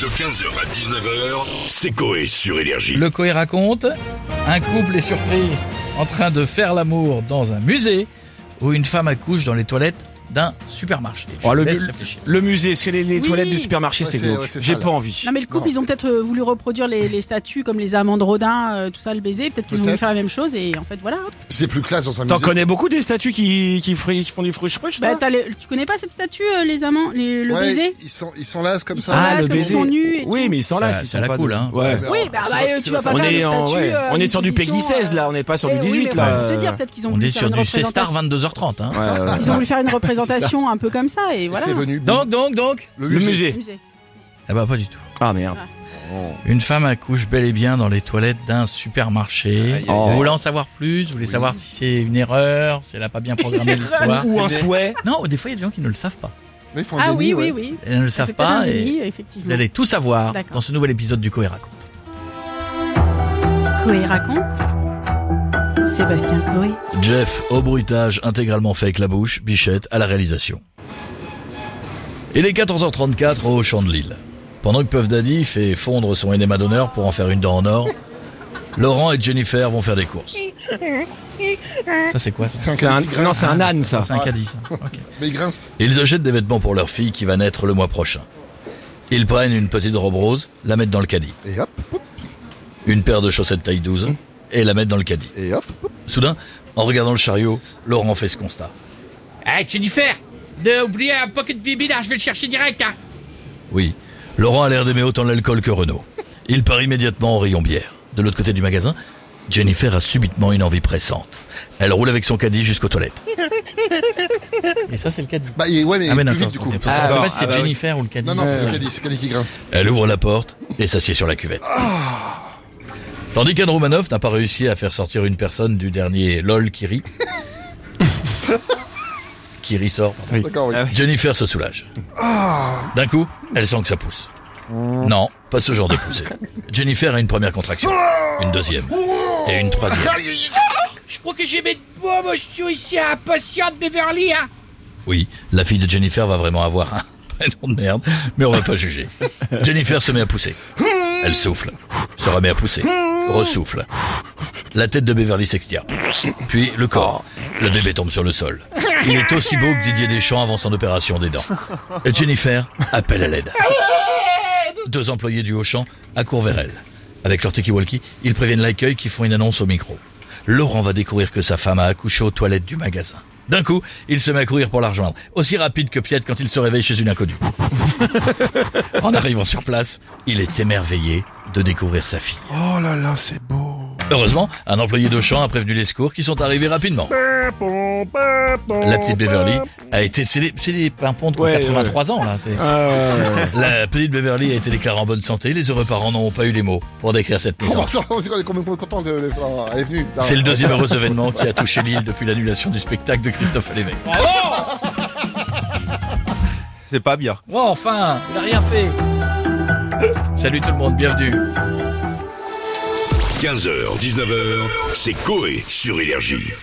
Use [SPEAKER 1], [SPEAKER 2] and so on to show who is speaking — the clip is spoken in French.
[SPEAKER 1] De 15h à 19h, c'est Coé sur Énergie.
[SPEAKER 2] Le Coé raconte un couple est surpris en train de faire l'amour dans un musée où une femme accouche dans les toilettes d'un supermarché. Je
[SPEAKER 3] Oh,
[SPEAKER 2] te
[SPEAKER 3] le,
[SPEAKER 2] laisse
[SPEAKER 3] le-
[SPEAKER 2] réfléchir.
[SPEAKER 3] le musée, c'est les, les
[SPEAKER 4] Oui.
[SPEAKER 3] toilettes du supermarché,
[SPEAKER 5] Ouais,
[SPEAKER 3] c'est
[SPEAKER 5] c'est-
[SPEAKER 3] glauque.
[SPEAKER 5] ouais, c'est ça,
[SPEAKER 3] J'ai
[SPEAKER 5] là.
[SPEAKER 3] pas envie.
[SPEAKER 4] Non mais le couple, ils ont peut-être euh, voulu reproduire les, les statues comme les amants de Rodin, euh, tout ça, le baiser. Peut-être qu'ils ont voulu
[SPEAKER 5] Peut-être.
[SPEAKER 4] faire la même chose et en fait voilà.
[SPEAKER 5] Puis c'est plus classe dans un
[SPEAKER 3] T'en
[SPEAKER 5] musée.
[SPEAKER 3] connais beaucoup des statues qui, qui, fri- qui font du fruit
[SPEAKER 4] Bah, t'as les- tu connais pas cette statue, euh, les amants, les- le
[SPEAKER 5] Ouais,
[SPEAKER 4] baiser
[SPEAKER 5] Ils sont, ils sont là, c'est comme
[SPEAKER 4] Ils
[SPEAKER 5] ça.
[SPEAKER 4] sont là, parce qu'ils sont nus. Et tout.
[SPEAKER 3] Oui, mais ils sont là.
[SPEAKER 2] Ça-
[SPEAKER 3] ils
[SPEAKER 2] ça
[SPEAKER 3] sont
[SPEAKER 2] la
[SPEAKER 3] pas
[SPEAKER 2] coule,
[SPEAKER 3] de-
[SPEAKER 2] hein.
[SPEAKER 3] Ouais.
[SPEAKER 5] mais
[SPEAKER 4] Oui,
[SPEAKER 5] alors,
[SPEAKER 4] bah,
[SPEAKER 5] je
[SPEAKER 4] bah,
[SPEAKER 5] sais pas ce
[SPEAKER 4] euh,
[SPEAKER 5] que
[SPEAKER 4] tu
[SPEAKER 5] c'est
[SPEAKER 4] vas
[SPEAKER 5] que
[SPEAKER 4] pas
[SPEAKER 5] ça.
[SPEAKER 3] On
[SPEAKER 4] faire
[SPEAKER 3] est,
[SPEAKER 4] une
[SPEAKER 3] en-
[SPEAKER 4] statue.
[SPEAKER 3] ouais.
[SPEAKER 4] euh,
[SPEAKER 3] on est sur du
[SPEAKER 4] une
[SPEAKER 3] Peggy
[SPEAKER 4] position,
[SPEAKER 3] 16
[SPEAKER 4] euh,
[SPEAKER 3] là, on n'est pas sur
[SPEAKER 4] eh
[SPEAKER 3] du
[SPEAKER 4] oui, mais
[SPEAKER 3] 18
[SPEAKER 4] faut
[SPEAKER 3] là.
[SPEAKER 4] te dire, peut-être qu'ils ont
[SPEAKER 2] On
[SPEAKER 4] voulu
[SPEAKER 2] est
[SPEAKER 4] faire
[SPEAKER 2] sur
[SPEAKER 4] une
[SPEAKER 2] du
[SPEAKER 4] représentation.
[SPEAKER 2] C-Star 22h30. hein.
[SPEAKER 3] Ouais, ouais, ouais.
[SPEAKER 4] Ils ont voulu faire une représentation un peu comme ça et
[SPEAKER 5] Et
[SPEAKER 4] voilà.
[SPEAKER 5] C'est venu.
[SPEAKER 2] Donc, donc, donc
[SPEAKER 5] le
[SPEAKER 3] Le
[SPEAKER 5] musée.
[SPEAKER 3] musée.
[SPEAKER 4] Musée.
[SPEAKER 2] Ah bah pas du tout.
[SPEAKER 3] Ah merde.
[SPEAKER 2] Une femme accouche bel et bien dans les toilettes d'un supermarché.
[SPEAKER 3] aïe, aïe.
[SPEAKER 2] Vous voulez en savoir plus Vous voulez savoir si c'est une erreur Si elle a pas bien programmé l'histoire
[SPEAKER 3] Ou un souhait.
[SPEAKER 2] Non, des fois il y a des gens qui ne le savent pas.
[SPEAKER 5] Mais ils font un
[SPEAKER 4] Ah
[SPEAKER 5] déni,
[SPEAKER 4] oui, oui,
[SPEAKER 5] ouais.
[SPEAKER 4] oui.
[SPEAKER 2] Ils ne le
[SPEAKER 4] Ça
[SPEAKER 2] savent
[SPEAKER 4] fait peut-être un
[SPEAKER 2] pas
[SPEAKER 4] déni,
[SPEAKER 2] et vous
[SPEAKER 4] effectivement.
[SPEAKER 2] allez tout savoir
[SPEAKER 4] D'accord.
[SPEAKER 2] dans ce nouvel épisode du Coé raconte.
[SPEAKER 4] Chloé raconte. Sébastien Chloé.
[SPEAKER 2] Jeff au bruitage intégralement fait avec la bouche, Bichette à la réalisation. Il est 14h34 au Champ de Lille. Pendant que Puff Daddy fait fondre son énéma d'honneur pour en faire une dent en or, Laurent et Jennifer vont faire des courses. Ça c'est quoi ça
[SPEAKER 5] C'est un,
[SPEAKER 3] C'est un-
[SPEAKER 5] qui grince.
[SPEAKER 3] Non, c'est un âne ça.
[SPEAKER 2] C'est un caddie ça. Ok.
[SPEAKER 5] Mais il grince.
[SPEAKER 2] Ils achètent des vêtements pour leur fille qui va naître le mois prochain. Ils prennent une petite robe rose, la mettent dans le caddie.
[SPEAKER 5] Et hop,
[SPEAKER 2] Une paire de chaussettes taille 12 et la mettent dans le caddie.
[SPEAKER 5] et hop.
[SPEAKER 2] Soudain, en regardant le chariot, Laurent fait ce constat.
[SPEAKER 6] Hey, Jennifer, Eh, de oublier un pocket bibi là, je vais le chercher direct. Hein.
[SPEAKER 2] Oui. Laurent a l'air d'aimer autant l'alcool que Renault. Il part immédiatement au rayon bière. De l'autre côté du magasin, Jennifer a subitement une envie pressante. Elle roule avec son caddie jusqu'aux toilettes. Et ça, c'est le caddie.
[SPEAKER 5] Bah, il- ouais, mais,
[SPEAKER 2] Ah, mais
[SPEAKER 5] plus
[SPEAKER 2] attends,
[SPEAKER 5] vite du coup.
[SPEAKER 2] on sait
[SPEAKER 5] Non,
[SPEAKER 2] pas si c'est
[SPEAKER 5] ah bah oui.
[SPEAKER 2] Jennifer ou le caddie.
[SPEAKER 5] Non, non, c'est le caddie, c'est le caddie qui grince.
[SPEAKER 2] Elle ouvre la porte et s'assied sur la cuvette. Tandis qu'Anne Romanoff n'a pas réussi à faire sortir une personne du dernier LOL qui rit. qui rit sort. pardon.
[SPEAKER 5] D'accord, oui.
[SPEAKER 3] Ah oui.
[SPEAKER 2] Jennifer se soulage. D'un coup, elle sent que ça pousse. Non, pas ce genre de poussée. Jennifer a une première contraction, une deuxième et une troisième.
[SPEAKER 6] Je crois que j'ai mes beaux motions ici à impatiente Beverly. Hein.
[SPEAKER 2] Oui, la fille de Jennifer va vraiment avoir un prénom de merde, mais on va pas juger. Jennifer se met à pousser. Elle souffle, se remet à pousser, ressouffle. La tête de Beverly s'extire. Puis le corps. Le bébé tombe sur le sol. Il est aussi beau que Didier Deschamps avant son opération des dents. Et Jennifer appelle à l'aide. Deux employés du Auchan accourent vers elle. Avec leur tiki-walkie, ils préviennent l'accueil qui font une annonce au micro. Laurent va découvrir que sa femme a accouché aux toilettes du magasin. D'un coup, il se met à courir pour la rejoindre, aussi rapide que Piette quand il se réveille chez une inconnue. en arrivant sur place, il est émerveillé de découvrir sa fille.
[SPEAKER 5] Oh là là, c'est beau.
[SPEAKER 2] Heureusement, un employé d'Auchan a prévenu les secours qui sont arrivés rapidement. La petite Beverly a été... C'est les, c'est les pimpons de
[SPEAKER 3] Ouais,
[SPEAKER 2] 83 ans, là. c'est-
[SPEAKER 3] Euh,
[SPEAKER 2] La petite Beverly a été déclarée en bonne santé. Les heureux parents n'ont pas eu les mots pour décrire cette
[SPEAKER 5] Comment
[SPEAKER 2] naissance.
[SPEAKER 5] ça On dirait qu'on est complètement content de le voir. Elle est venue. là.
[SPEAKER 2] C'est le deuxième heureux événement qui a touché l'île depuis l'annulation du spectacle de Christophe Lévesque.
[SPEAKER 7] C'est pas bien.
[SPEAKER 2] Oh, enfin, il a rien fait. Salut tout le monde, bienvenue.
[SPEAKER 1] 15h, 19h, c'est Coé sur Énergie.